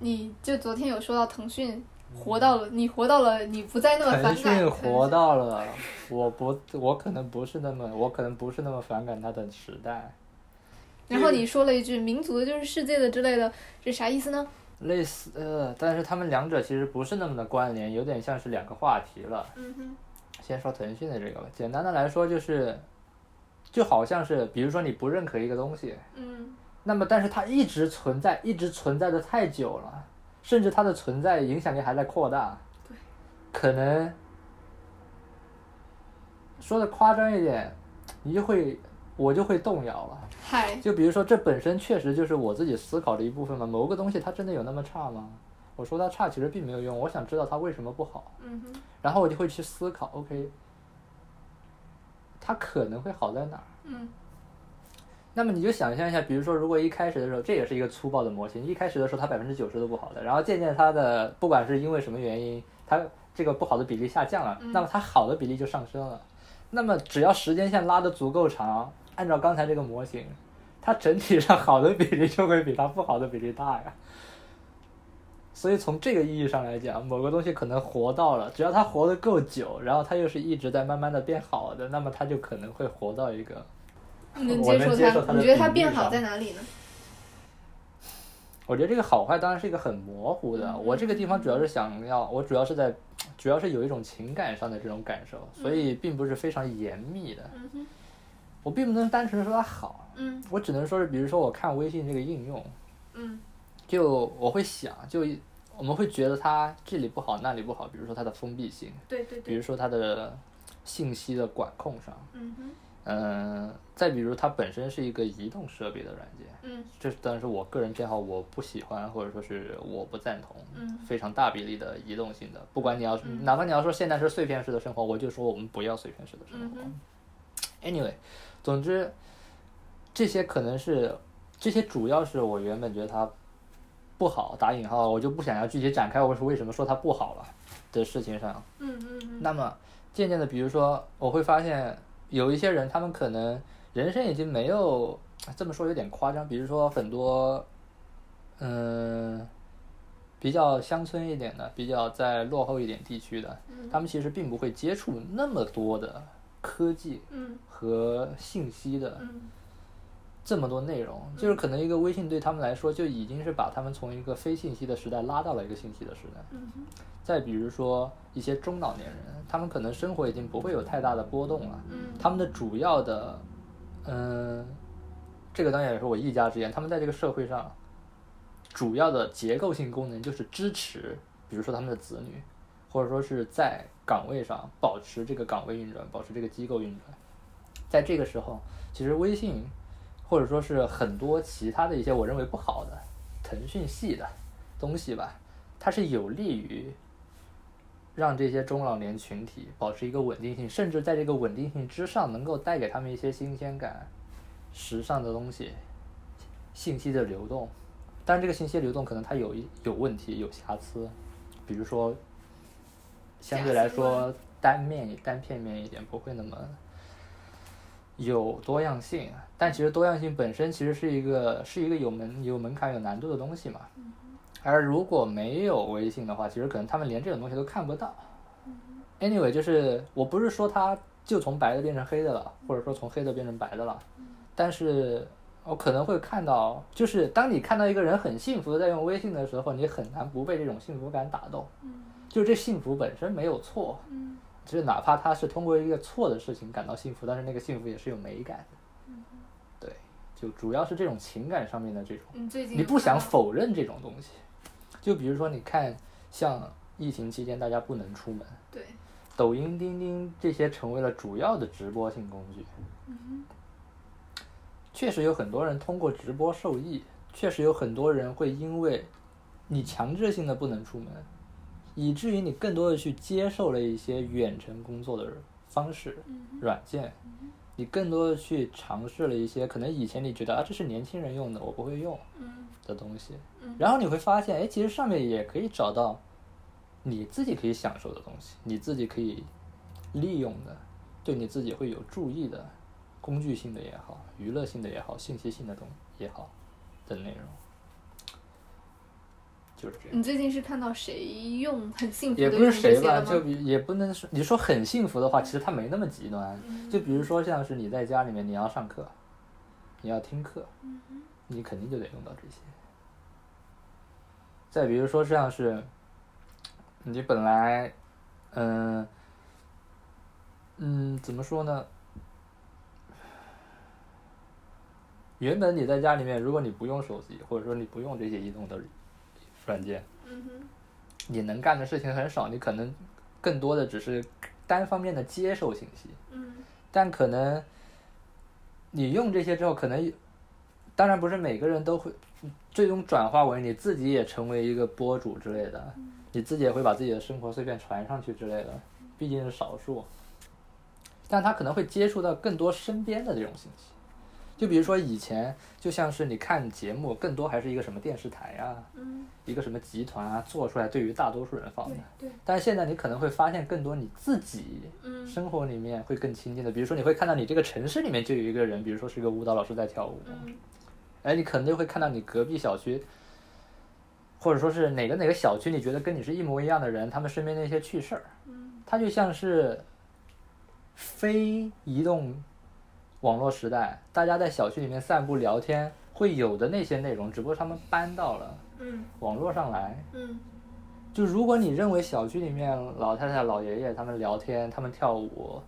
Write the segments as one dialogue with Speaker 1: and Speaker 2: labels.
Speaker 1: 你就昨天有说到腾讯活到了，你活到了，你不再那么
Speaker 2: 嗯腾
Speaker 1: 反感。
Speaker 2: 讯活到了，我不，我可能不是那么，我可能不是那么反感它的时代，
Speaker 1: 然后你说了一句“民族的就是世界的”之类的，这啥意思呢？
Speaker 2: 类似，呃，但是他们两者其实不是那么的关联，有点像是两个话题了。
Speaker 3: 嗯哼，
Speaker 2: 先说腾讯的这个吧，简单的来说就是，就好像是，比如说你不认可一个东西，
Speaker 3: 嗯，
Speaker 2: 那么但是它一直存在，一直存在的太久了，甚至它的存在影响力还在扩大。
Speaker 3: 对，
Speaker 2: 可能说的夸张一点，你就会我就会动摇了。
Speaker 1: 嗨，
Speaker 2: 就比如说，这本身确实就是我自己思考的一部分嘛。某个东西它真的有那么差吗？我说它差其实并没有用，我想知道它为什么不好。
Speaker 3: 嗯哼，
Speaker 2: 然后我就会去思考，OK，它可能会好在哪儿？
Speaker 3: 嗯，
Speaker 2: 那么你就想象一下，比如说，如果一开始的时候，这也是一个粗暴的模型，一开始的时候它百分之九十都不好的，然后渐渐它的不管是因为什么原因，它这个不好的比例下降了，那么它好的比例就上升了。那么只要时间线拉得足够长，按照刚才这个模型，它整体上好的比例就会比它不好的比例大呀。所以从这个意义上来讲，某个东西可能活到了，只要它活得够久，然后它又是一直在慢慢的变好的，那么它就可能会活到一个，
Speaker 1: 你能
Speaker 2: 我
Speaker 1: 接
Speaker 2: 能
Speaker 1: 受
Speaker 2: 接
Speaker 1: 它？
Speaker 2: 受它的
Speaker 1: 你觉得
Speaker 2: 比
Speaker 1: 它
Speaker 2: 例
Speaker 1: 变好
Speaker 2: 上
Speaker 1: 在哪里呢？
Speaker 2: 我觉得这个好坏当然是一个很模糊的，我这个地方主要是想要，我主要是在，主要是有一种情感上的这种感受，所以并不是非常严密的。
Speaker 3: 嗯哼，
Speaker 2: 我并不能单纯地说它好，
Speaker 3: 嗯
Speaker 2: 我只能说是，比如说我看微信这个应用，
Speaker 3: 嗯
Speaker 2: 就我会想，就我们会觉得它这里不好那里不好，比如说它的封闭性，
Speaker 3: 对对
Speaker 2: 比
Speaker 3: 对，
Speaker 2: 如说它的信息的管控上，
Speaker 3: 嗯哼，
Speaker 2: 嗯、再比如它本身是一个移动设备的软件，
Speaker 3: 嗯
Speaker 2: 这当然是我个人偏好，我不喜欢或者说是我不赞同，
Speaker 3: 嗯
Speaker 2: 非常大比例的移动性的，不管你要是、哪怕你要说现在是碎片式的生活，我就说我们不要碎片式的生活。
Speaker 3: 嗯
Speaker 2: Anyway，总之这些可能是这些主要是我原本觉得它不好打引号，我就不想要具体展开我是为什么说它不好了的事情上，
Speaker 3: 嗯嗯
Speaker 2: 那么渐渐的，比如说，我会发现有一些人，他们可能人生已经没有这么说有点夸张，比如说很多，嗯、比较乡村一点的，比较在落后一点地区的，他们其实并不会接触那么多的科技
Speaker 3: 嗯
Speaker 2: 和信息的
Speaker 3: 嗯
Speaker 2: 这么多内容，就是可能一个微信对他们来说就已经是把他们从一个非信息的时代拉到了一个信息的时代。
Speaker 3: 嗯哼，
Speaker 2: 再比如说一些中老年人，他们可能生活已经不会有太大的波动了，
Speaker 3: 嗯
Speaker 2: 他们的主要的，嗯、这个当然也是我一家之言，他们在这个社会上主要的结构性功能就是支持，比如说他们的子女，或者说是在岗位上保持这个岗位运转，保持这个机构运转。在这个时候，其实微信或者说是很多其他的一些我认为不好的腾讯系的东西吧，它是有利于让这些中老年群体保持一个稳定性，甚至在这个稳定性之上，能够带给他们一些新鲜感、时尚的东西、信息的流动。但这个信息流动可能它有一有问题、有瑕疵，比如说相对来说单面一单片面一点，不会那么有多样性。但其实多样性本身其实是一个是一个有门有门槛、有难度的东西嘛。而如果没有微信的话，其实可能他们连这种东西都看不到。Anyway，就是我不是说它就从白的变成黑的了，或者说从黑的变成白的了，但是我可能会看到，就是当你看到一个人很幸福的在用微信的时候，你很难不被这种幸福感打动。
Speaker 1: 嗯
Speaker 2: 就这幸福本身没有错，
Speaker 3: 嗯
Speaker 2: 就是哪怕他是通过一个错的事情感到幸福，但是那个幸福也是有美感的。对，就主要是这种情感上面的这种。
Speaker 1: 你最近
Speaker 2: 你
Speaker 1: 有
Speaker 2: 不
Speaker 1: 看
Speaker 2: 想
Speaker 1: 到
Speaker 2: 否认这种东西。就比如说，你看，像疫情期间大家不能出门，
Speaker 3: 对，
Speaker 2: 抖音、钉钉这些成为了主要的直播性工具。确实有很多人通过直播受益，确实有很多人会因为你强制性的不能出门，以至于你更多的去接受了一些远程工作的方式、
Speaker 3: 嗯
Speaker 1: 嗯
Speaker 2: 软件，你更多的去尝试了一些可能以前你觉得啊这是年轻人用的，我不会用
Speaker 3: 嗯
Speaker 2: 的东西，然后你会发现，哎，其实上面也可以找到你自己可以享受的东西，你自己可以利用的，对你自己会有注意的，工具性的也好，娱乐性的也好，信息性的东也好的内容。就是这样。
Speaker 1: 你最近是看到谁用很幸福
Speaker 2: 也
Speaker 1: 的
Speaker 2: 不是谁吧，
Speaker 1: 吧？
Speaker 2: 就比也不能说你说很幸福的话，其实他没那么极端。
Speaker 1: 嗯
Speaker 2: 就比如说像是你在家里面，你要上课，你要听课，
Speaker 1: 嗯
Speaker 2: 你肯定就得用到这些。再比如说像是你本来，嗯、嗯，怎么说呢？原本你在家里面，如果你不用手机，或者说你不用这些移动的软件，
Speaker 1: 嗯哼，
Speaker 2: 你能干的事情很少，你可能更多的只是单方面的接受信息，
Speaker 1: 嗯
Speaker 2: 但可能你用这些之后，可能当然不是每个人都会最终转化为你自己也成为一个博主之类的，你自己也会把自己的生活碎片传上去之类的，毕竟是少数，但他可能会接触到更多身边的这种信息。就比如说以前，就像是你看节目，更多还是一个什么电视台啊，
Speaker 1: 嗯，
Speaker 2: 一个什么集团啊做出来，对于大多数人放的
Speaker 1: 对。对，
Speaker 2: 但是现在你可能会发现更多你自己
Speaker 1: 嗯
Speaker 2: 生活里面会更亲近的，比如说你会看到你这个城市里面就有一个人，比如说是一个舞蹈老师在跳舞，
Speaker 1: 嗯
Speaker 2: 哎，你可能就会看到你隔壁小区，或者说是哪个哪个小区，你觉得跟你是一模一样的人，他们身边的一些趣事儿，
Speaker 1: 嗯
Speaker 2: 它就像是非移动网络时代，大家在小区里面散步聊天会有的那些内容，只不过他们搬到了
Speaker 1: 嗯
Speaker 2: 网络上来。
Speaker 1: 嗯
Speaker 2: 就如果你认为小区里面老太太、老爷爷他们聊天、他们跳舞、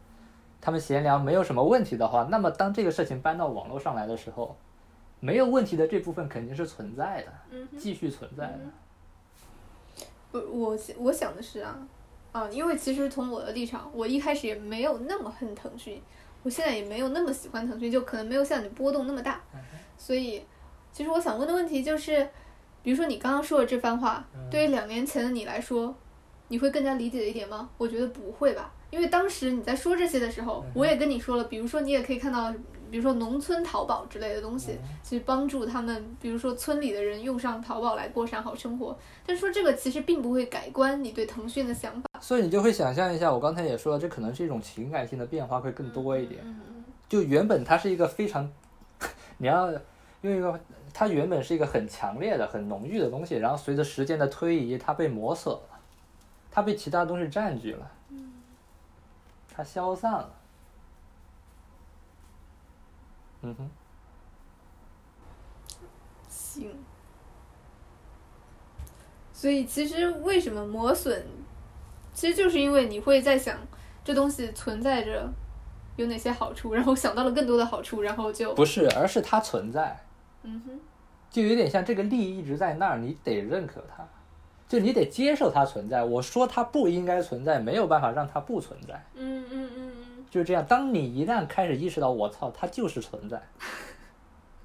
Speaker 2: 他们闲聊没有什么问题的话，那么当这个事情搬到网络上来的时候，没有问题的这部分肯定是存在的，
Speaker 1: 嗯哼，
Speaker 2: 继续存在的。
Speaker 1: 不，我想我想的是啊啊，因为其实从我的立场，我一开始也没有那么恨腾讯，我现在也没有那么喜欢腾讯，就可能没有像你波动那么大，所以其实我想问的问题就是，比如说你刚刚说的这番话，对于两年前的你来说，你会更加理解一点吗？我觉得不会吧，因为当时你在说这些的时候，我也跟你说了，比如说你也可以看到，比如说农村淘宝之类的东西，去帮助他们，比如说村里的人用上淘宝来过上好生活。但是说这个其实并不会改观你对腾讯的想法。
Speaker 2: 所以你就会想象一下，我刚才也说了，这可能是一种情感性的变化会更多一点。
Speaker 1: 嗯
Speaker 2: 就原本它是一个非常， 你要用一个，它原本是一个很强烈的、很浓郁的东西，然后随着时间的推移，它被磨损了，它被其他东西占据了，它消散了。嗯哼，
Speaker 1: 行。所以其实为什么磨损，其实就是因为你会在想这东西存在着有哪些好处，然后想到了更多的好处，然后就
Speaker 2: 不是，而是它存在，
Speaker 1: 嗯哼
Speaker 2: 就有点像这个利益一直在那儿，你得认可它，就你得接受它存在。我说它不应该存在，没有办法让它不存在。
Speaker 1: 嗯嗯嗯
Speaker 2: 就是这样。当你一旦开始意识到，我操，它就是存在，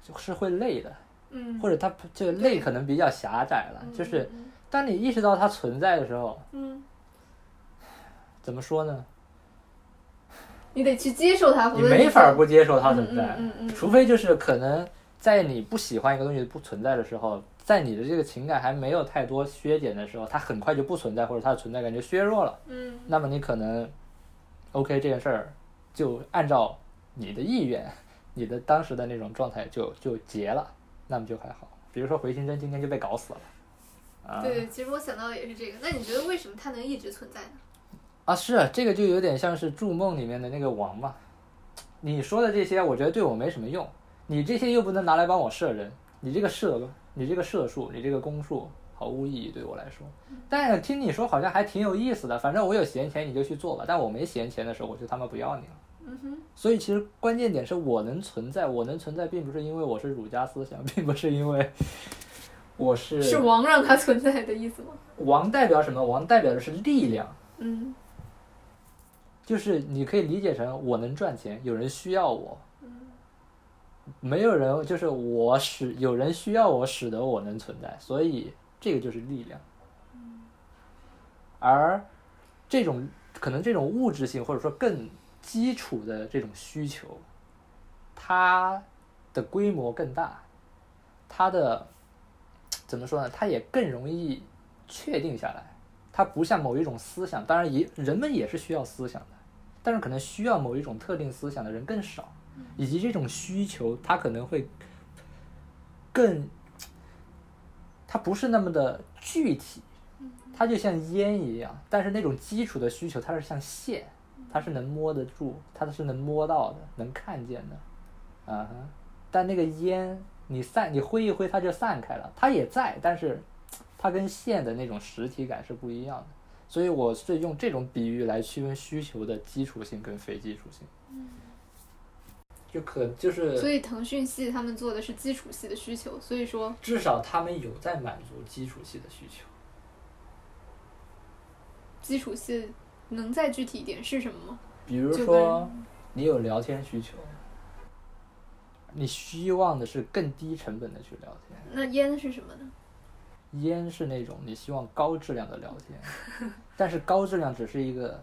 Speaker 2: 就是会累的，
Speaker 1: 嗯嗯
Speaker 2: 或者它这个累可能比较狭窄了。就是当你意识到它存在的时候，
Speaker 1: 嗯，
Speaker 2: 怎么说呢？
Speaker 1: 你得去接受它，否
Speaker 2: 你
Speaker 1: 则
Speaker 2: 没
Speaker 1: 就
Speaker 2: 法不接受它存在，
Speaker 1: 嗯嗯嗯嗯
Speaker 2: 除非就是可能在你不喜欢一个东西不存在的时候，在你的这个情感还没有太多削减的时候，它很快就不存在，或者它的存在感就削弱了。
Speaker 1: 嗯
Speaker 2: 那么你可能，OK 这件事儿就按照你的意愿，你的当时的那种状态就就结了，那么就还好。比如说回形针今天就被搞死了，啊
Speaker 1: 对，其实我想到的也是这个。那你觉得为什么它能一直存在呢？
Speaker 2: 啊是啊这个就有点像是《筑梦》里面的那个王嘛，你说的这些我觉得对我没什么用，你这些又不能拿来帮我射人，你这个射你这个射术你这个攻术毫无意义对我来说。但是听你说好像还挺有意思的，反正我有闲钱你就去做吧，但我没闲钱的时候我就他妈不要你了。
Speaker 1: 嗯哼，
Speaker 2: 所以其实关键点是我能存在，我能存在，并不是因为我是儒家思想，并不是因为我是
Speaker 1: 是王让它存在的意思吗？
Speaker 2: 王代表什么？王代表的是力量，
Speaker 1: 嗯
Speaker 2: 就是你可以理解成我能赚钱，有人需要我，没有人就是我使有人需要我，使得我能存在，所以这个就是力量。而这种可能这种物质性或者说更基础的这种需求，它的规模更大，它的怎么说呢？它也更容易确定下来。它不像某一种思想，当然也人们也是需要思想的，但是可能需要某一种特定思想的人更少，以及这种需求，它可能会更，它不是那么的具体，
Speaker 1: 嗯
Speaker 2: 它就像烟一样，但是那种基础的需求它是像线，它是能摸得住，它是能摸到的，能看见的，啊哈。但那个烟，你散你挥一挥它就散开了，它也在，但是它跟线的那种实体感是不一样的。所以我是用这种比喻来区分需求的基础性跟非基础性，就可就是
Speaker 1: 嗯所以腾讯系他们做的是基础系的需求，所以说
Speaker 2: 至少他们有在满足基础系的需求。
Speaker 1: 基础系能再具体一点是什么吗？
Speaker 3: 比如
Speaker 1: 就
Speaker 3: 说
Speaker 1: 跟
Speaker 3: 你有聊天需求，
Speaker 2: 你希望的是更低成本的去聊天，
Speaker 1: 那烟是什么呢？
Speaker 2: 烟是那种你希望高质量的聊天， 但是高质量只是一个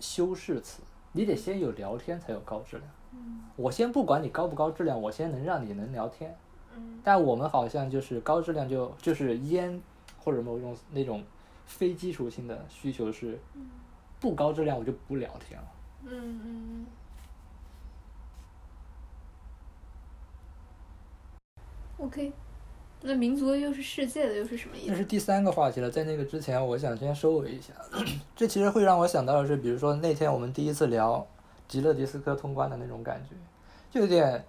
Speaker 2: 修饰词，你得先有聊天才有高质量。
Speaker 1: 嗯
Speaker 2: 我先不管你高不高质量，我先能让你能聊天。
Speaker 1: 嗯
Speaker 2: 但我们好像就是高质量就就是烟或者某种那种非基础性的需求是，不高质量我就不聊天了。
Speaker 1: 嗯嗯，OK，那民族的又是世界的又是什么意
Speaker 2: 这是
Speaker 1: 思？
Speaker 2: 第三个话题了，在那个之前，我想先收尾一下。 这其实会让我想到的是，比如说那天我们第一次聊《极乐迪斯科》通关的那种感觉，就有点，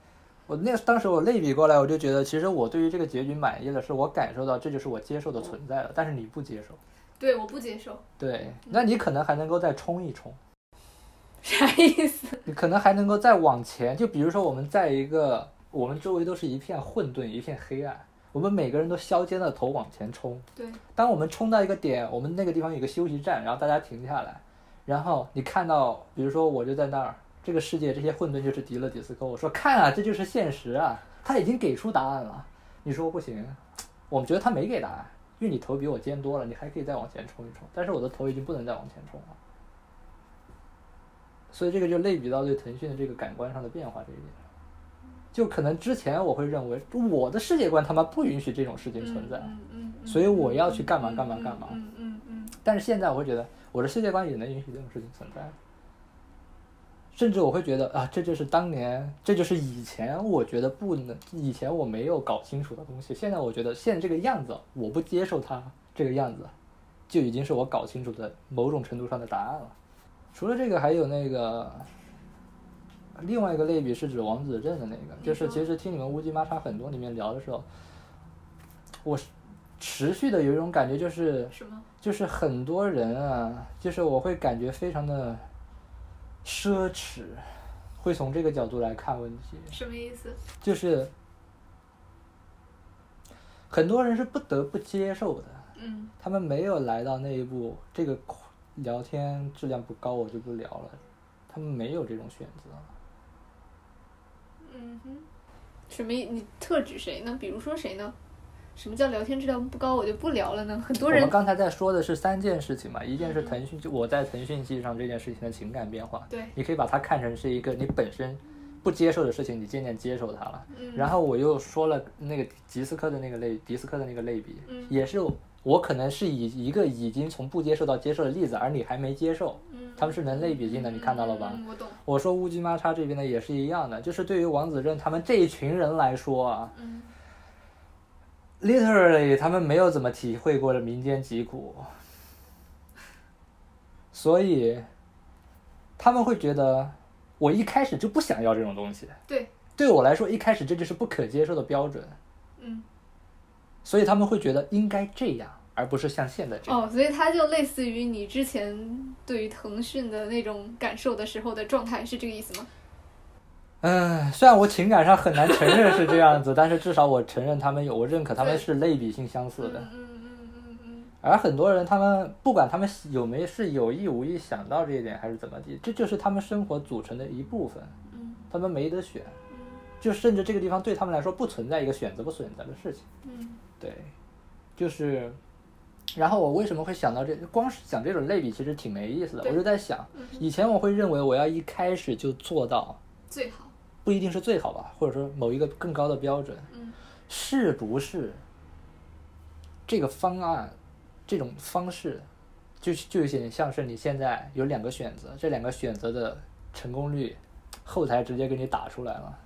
Speaker 2: 我那当时我类比过来，我就觉得，其实我对于这个结局满意了，是我感受到这就是我接受的存在了，但是你不接受，
Speaker 1: 对，我不接受，
Speaker 2: 对，那你可能还能够再冲一冲。
Speaker 1: 啥意思？
Speaker 2: 你可能还能够再往前，就比如说我们在一个我们周围都是一片混沌，一片黑暗，我们每个人都削尖了头往前冲。
Speaker 1: 对，
Speaker 2: 当我们冲到一个点，我们那个地方有个休息站，然后大家停下来，然后你看到，比如说我就在那儿，这个世界这些混沌就是迪勒迪斯科，我说看啊，这就是现实啊，他已经给出答案了，你说不行，我们觉得他没给答案，因为你头比我尖多了，你还可以再往前冲一冲，但是我的头已经不能再往前冲了。所以这个就类比到对腾讯的这个感官上的变化这一点上，就可能之前我会认为我的世界观他妈不允许这种事情存在，啊
Speaker 1: 嗯嗯嗯
Speaker 2: 所以我要去干嘛干嘛干嘛
Speaker 1: 嗯嗯嗯
Speaker 2: 但是现在我会觉得我的世界观也能允许这种事情存在，甚至我会觉得啊，这就是当年，这就是以前我觉得不能，以前我没有搞清楚的东西，现在我觉得现在这个样子，我不接受它这个样子，就已经是我搞清楚的某种程度上的答案了。除了这个，还有那个另外一个类比是指王子镇的那个，就是其实听你们乌鸡妈差很多里面聊的时候，我是持续的有一种感觉，就是
Speaker 1: 嗯，什么？
Speaker 2: 就是很多人啊，就是我会感觉非常的奢侈，会从这个角度来看问题，
Speaker 1: 什么意思？
Speaker 2: 就是很多人是不得不接受的，
Speaker 1: 嗯
Speaker 2: 他们没有来到那一步，这个聊天质量不高，我就不聊了，他们没有这种选择。
Speaker 1: 嗯哼，什么意？你特指谁呢？比如说谁呢？什么叫聊天质量不高，我就不聊了呢？很多
Speaker 2: 我们
Speaker 1: 人嗯
Speaker 2: 刚才在说的是三件事情嘛，一件是腾讯，就我在腾讯系上这件事情的情感变化，
Speaker 1: 对，
Speaker 2: 你可以把它看成是一个你本身不接受的事情，你渐渐接受它了。
Speaker 1: 嗯
Speaker 2: 然后我又说了那个迪斯科的那个类，迪斯科的那个类比，
Speaker 1: 嗯
Speaker 2: 也是我可能是以一个已经从不接受到接受的例子，而你还没接受，
Speaker 1: 嗯
Speaker 2: 他们是能类比性的，你看到了吧？
Speaker 1: 嗯我懂。
Speaker 2: 我说乌鸡妈叉这边的也是一样的，就是对于王子正他们这一群人来说啊，
Speaker 1: 嗯
Speaker 2: literally 他们没有怎么体会过的民间疾苦，所以他们会觉得我一开始就不想要这种东西。
Speaker 1: 对，
Speaker 2: 对我来说，一开始这就是不可接受的标准，
Speaker 1: 嗯。
Speaker 2: 所以他们会觉得应该这样，而不是像现在这样。
Speaker 1: 哦，所以它就类似于你之前对于腾讯的那种感受的时候的状态，是这个意思吗？
Speaker 2: 嗯，虽然我情感上很难承认是这样子，但是至少我承认他们有，我认可他们
Speaker 1: 对
Speaker 2: 是类比性相似的。
Speaker 1: 嗯嗯嗯嗯
Speaker 2: 而很多人，他们不管他们有没是有意无意想到这一点，还是怎么地，这就是他们生活组成的一部分，
Speaker 1: 嗯
Speaker 2: 他们没得选，就甚至这个地方对他们来说不存在一个选择不选择的事情。
Speaker 1: 嗯嗯
Speaker 2: 对，就是，然后我为什么会想到这？光是想这种类比其实挺没意思的。
Speaker 1: 对
Speaker 2: 我就在想，以前我会认为我要一开始就做到，
Speaker 1: 最好。
Speaker 2: 不一定是最好吧，或者说某一个更高的标准，
Speaker 1: 嗯
Speaker 2: 是不是这个方案这种方式，就就有点像是你现在有两个选择，这两个选择的成功率，后台直接给你打出来了，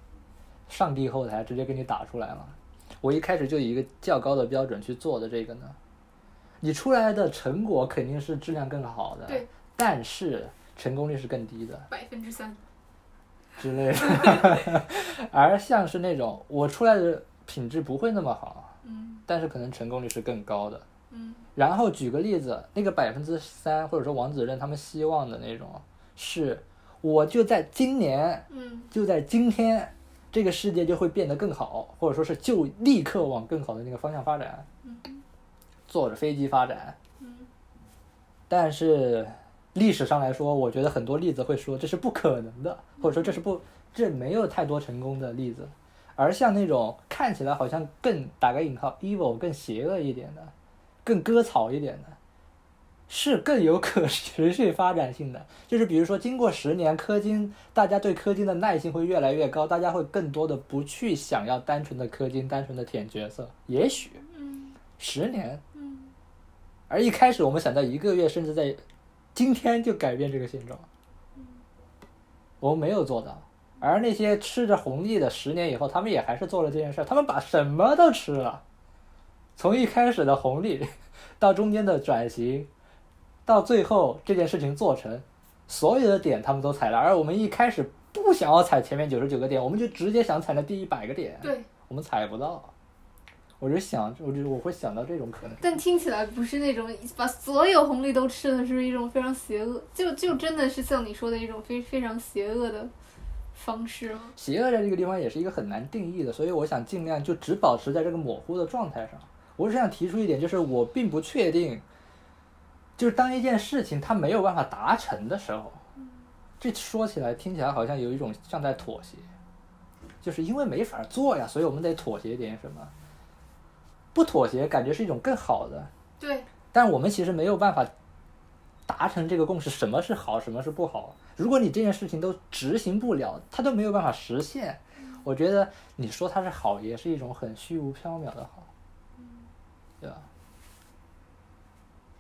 Speaker 2: 上帝后台直接给你打出来了。我我一开始就以一个较高的标准去做的这个呢，你出来的成果肯定是质量更好的，
Speaker 1: 对，
Speaker 2: 但是成功率是更低的
Speaker 1: 百分之三，
Speaker 2: 之类的。 而像是那种我出来的品质不会那么好，
Speaker 1: 嗯
Speaker 2: 但是可能成功率是更高的。
Speaker 1: 嗯
Speaker 2: 然后举个例子，那个百分之三或者说王子任他们希望的那种是，我就在今年
Speaker 1: 嗯
Speaker 2: 就在今天，这个世界就会变得更好，或者说是就立刻往更好的那个方向发展，
Speaker 1: 嗯
Speaker 2: 坐着飞机发展。
Speaker 1: 嗯，
Speaker 2: 但是历史上来说，我觉得很多例子会说这是不可能的，或者说这是不这没有太多成功的例子。而像那种看起来好像更打个引号 evil 更邪恶一点的，更割草一点的，是更有可 持续发展性的。就是比如说，经过十年，氪金，大家对氪金的耐性会越来越高，大家会更多的不去想要单纯的氪金、单纯的舔角色。也许
Speaker 1: 嗯
Speaker 2: 十年
Speaker 1: 嗯
Speaker 2: 而一开始我们想在一个月，甚至在今天就改变这个现状，我们没有做到。而那些吃着红利的，十年以后，他们也还是做了这件事儿，他们把什么都吃了，从一开始的红利，到中间的转型，到最后这件事情做成，所有的点他们都踩了。而我们一开始不想要踩前面九十九个点，我们就直接想踩那第一百个点，
Speaker 1: 对，
Speaker 2: 我们踩不到。我就想，我就我会想到这种可能。
Speaker 1: 但听起来不是那种把所有红利都吃了，是一种非常邪恶，就就真的是像你说的一种非非常邪恶的方式吗？
Speaker 2: 邪恶在这个地方也是一个很难定义的，所以我想尽量就只保持在这个模糊的状态上。我只想提出一点，就是我并不确定，就是当一件事情它没有办法达成的时候，这说起来听起来好像有一种像在妥协，就是因为没法做呀，所以我们得妥协点什么。不妥协感觉是一种更好的，
Speaker 1: 对，
Speaker 2: 但我们其实没有办法达成这个共识，什么是好，什么是不好。如果你这件事情都执行不了，它都没有办法实现，我觉得你说它是好，也是一种很虚无缥缈的好，对吧？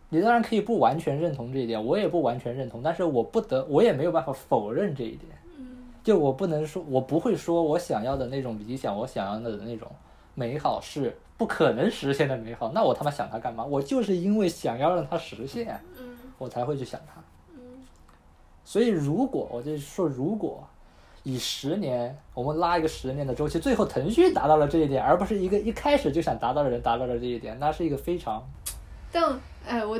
Speaker 2: 你当然可以不完全认同这一点，我也不完全认同，但是我不得，我也没有办法否认这一点。
Speaker 1: 嗯
Speaker 2: 就我不能说，我不会说我想要的那种理想，我想要的那种美好是不可能实现的美好。那我他妈想它干嘛？我就是因为想要让它实现，
Speaker 1: 嗯
Speaker 2: 我才会去想它。
Speaker 1: 嗯
Speaker 2: 所以，如果我就是说，如果以十年，我们拉一个十年的周期，最后腾讯达到了这一点，而不是一个一开始就想达到的人达到了这一点，那是一个非常
Speaker 1: 但哎，我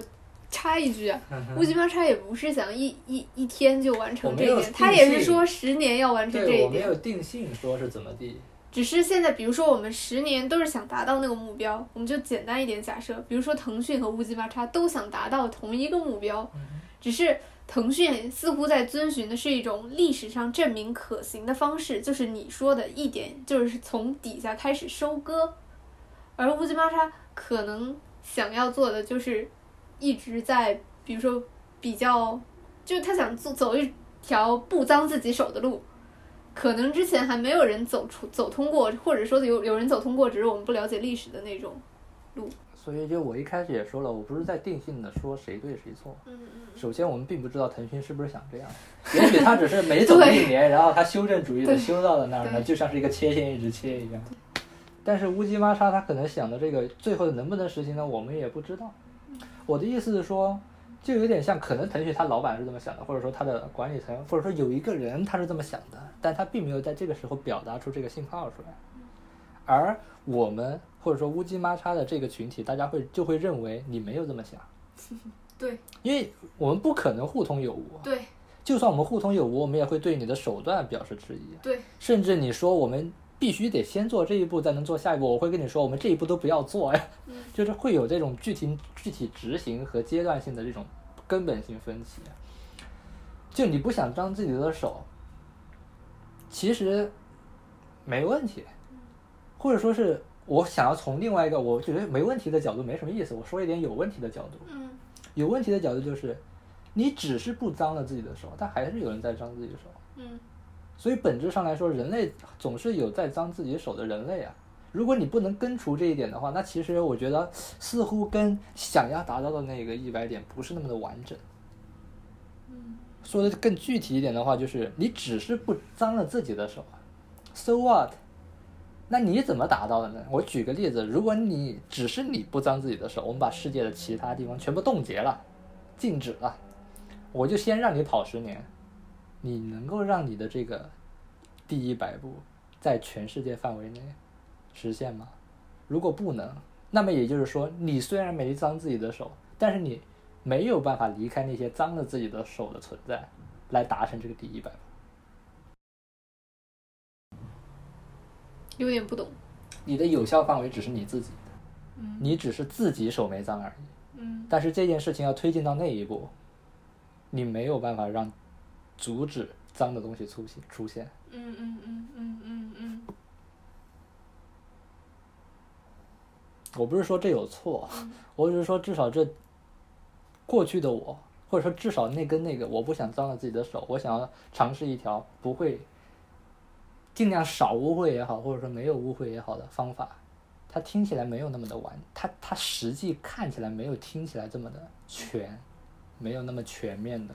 Speaker 1: 插一句啊，乌金巴叉也不是想一一一天就完成这
Speaker 2: 嗯
Speaker 1: 一
Speaker 2: 我没有
Speaker 1: 点，他也
Speaker 2: 定
Speaker 1: 是
Speaker 2: 性
Speaker 1: 说十年要完成这一点。
Speaker 2: 定性说是怎么地。
Speaker 1: 只是现在，比如说我们十年都是想达到那个目标，我们就简单一点假设，比如说腾讯和乌鸡巴叉都想达到同一个目标，只是腾讯似乎在遵循的是一种历史上证明可行的方式，就是你说的一点，就是从底下开始收割，而乌鸡巴叉可能想要做的就是一直在，比如说比较，就是他想走走一条不脏自己手的路，可能之前还没有人走出走通过，或者说有有人走通过，只是我们不了解历史的那种。
Speaker 2: 所以，就我一开始也说了，我不是在定性的说谁对谁错。
Speaker 1: 嗯嗯，
Speaker 2: 首先，我们并不知道腾讯是不是想这样，也许他只是没走一年，然后他修正主义的
Speaker 1: 对
Speaker 2: 修到了那儿呢，
Speaker 1: 对
Speaker 2: 就像是一个切线一直切一样。但是乌鸡抹杀，他可能想的这个最后能不能实行呢？我们也不知道。
Speaker 1: 嗯
Speaker 2: 我的意思是说，就有点像，可能腾讯他老板是这么想的，或者说他的管理层，或者说有一个人他是这么想的，但他并没有在这个时候表达出这个信号出来。而我们或者说乌鸡抹杀的这个群体，大家会就会认为你没有这么想，
Speaker 1: 对
Speaker 2: 因为我们不可能互通有无。
Speaker 1: 对
Speaker 2: 就算我们互通有无，我们也会对你的手段表示质疑，啊
Speaker 1: 对，
Speaker 2: 甚至你说我们必须得先做这一步，再能做下一步，我会跟你说我们这一步都不要做呀，
Speaker 1: 嗯
Speaker 2: 就是会有这种具体具体执行和阶段性的这种根本性分歧。就你不想张自己的手，其实没问题，或者说是我想要从另外一个我觉得没问题的角度没什么意思，我说一点有问题的角度。
Speaker 1: 嗯
Speaker 2: 有问题的角度就是，你只是不脏了自己的手，但还是有人在脏自己的手。
Speaker 1: 嗯
Speaker 2: 所以本质上来说，人类总是有在脏自己手的人类啊。如果你不能根除这一点的话，那其实我觉得似乎跟想要达到的那个一百点不是那么的完整。
Speaker 1: 嗯
Speaker 2: 说的更具体一点的话，就是你只是不脏了自己的手啊，so what？那你怎么达到的呢？我举个例子，如果你只是你不脏自己的手，我们把世界的其他地方全部冻结了，禁止了，我就先让你跑十年，你能够让你的这个第一百步在全世界范围内实现吗？如果不能，那么也就是说，你虽然没脏自己的手，但是你没有办法离开那些脏了自己的手的存在，来达成这个第一百步。
Speaker 1: 有点不懂。
Speaker 2: 你的有效范围只是你自己的，你只是自己手没脏而已。
Speaker 1: 嗯
Speaker 2: 但是这件事情要推进到那一步，你没有办法让阻止脏的东西出现出现。
Speaker 1: 嗯嗯嗯嗯嗯嗯
Speaker 2: 我不是说这有错， 我只是说至少这过去的我，或者说至少那根那个，我不想脏了自己的手，我想要尝试一条不会尽量少污秽也好，或者说没有污秽也好的方法。它听起来没有那么的完，它它实际看起来没有听起来这么的全，没有那么全面的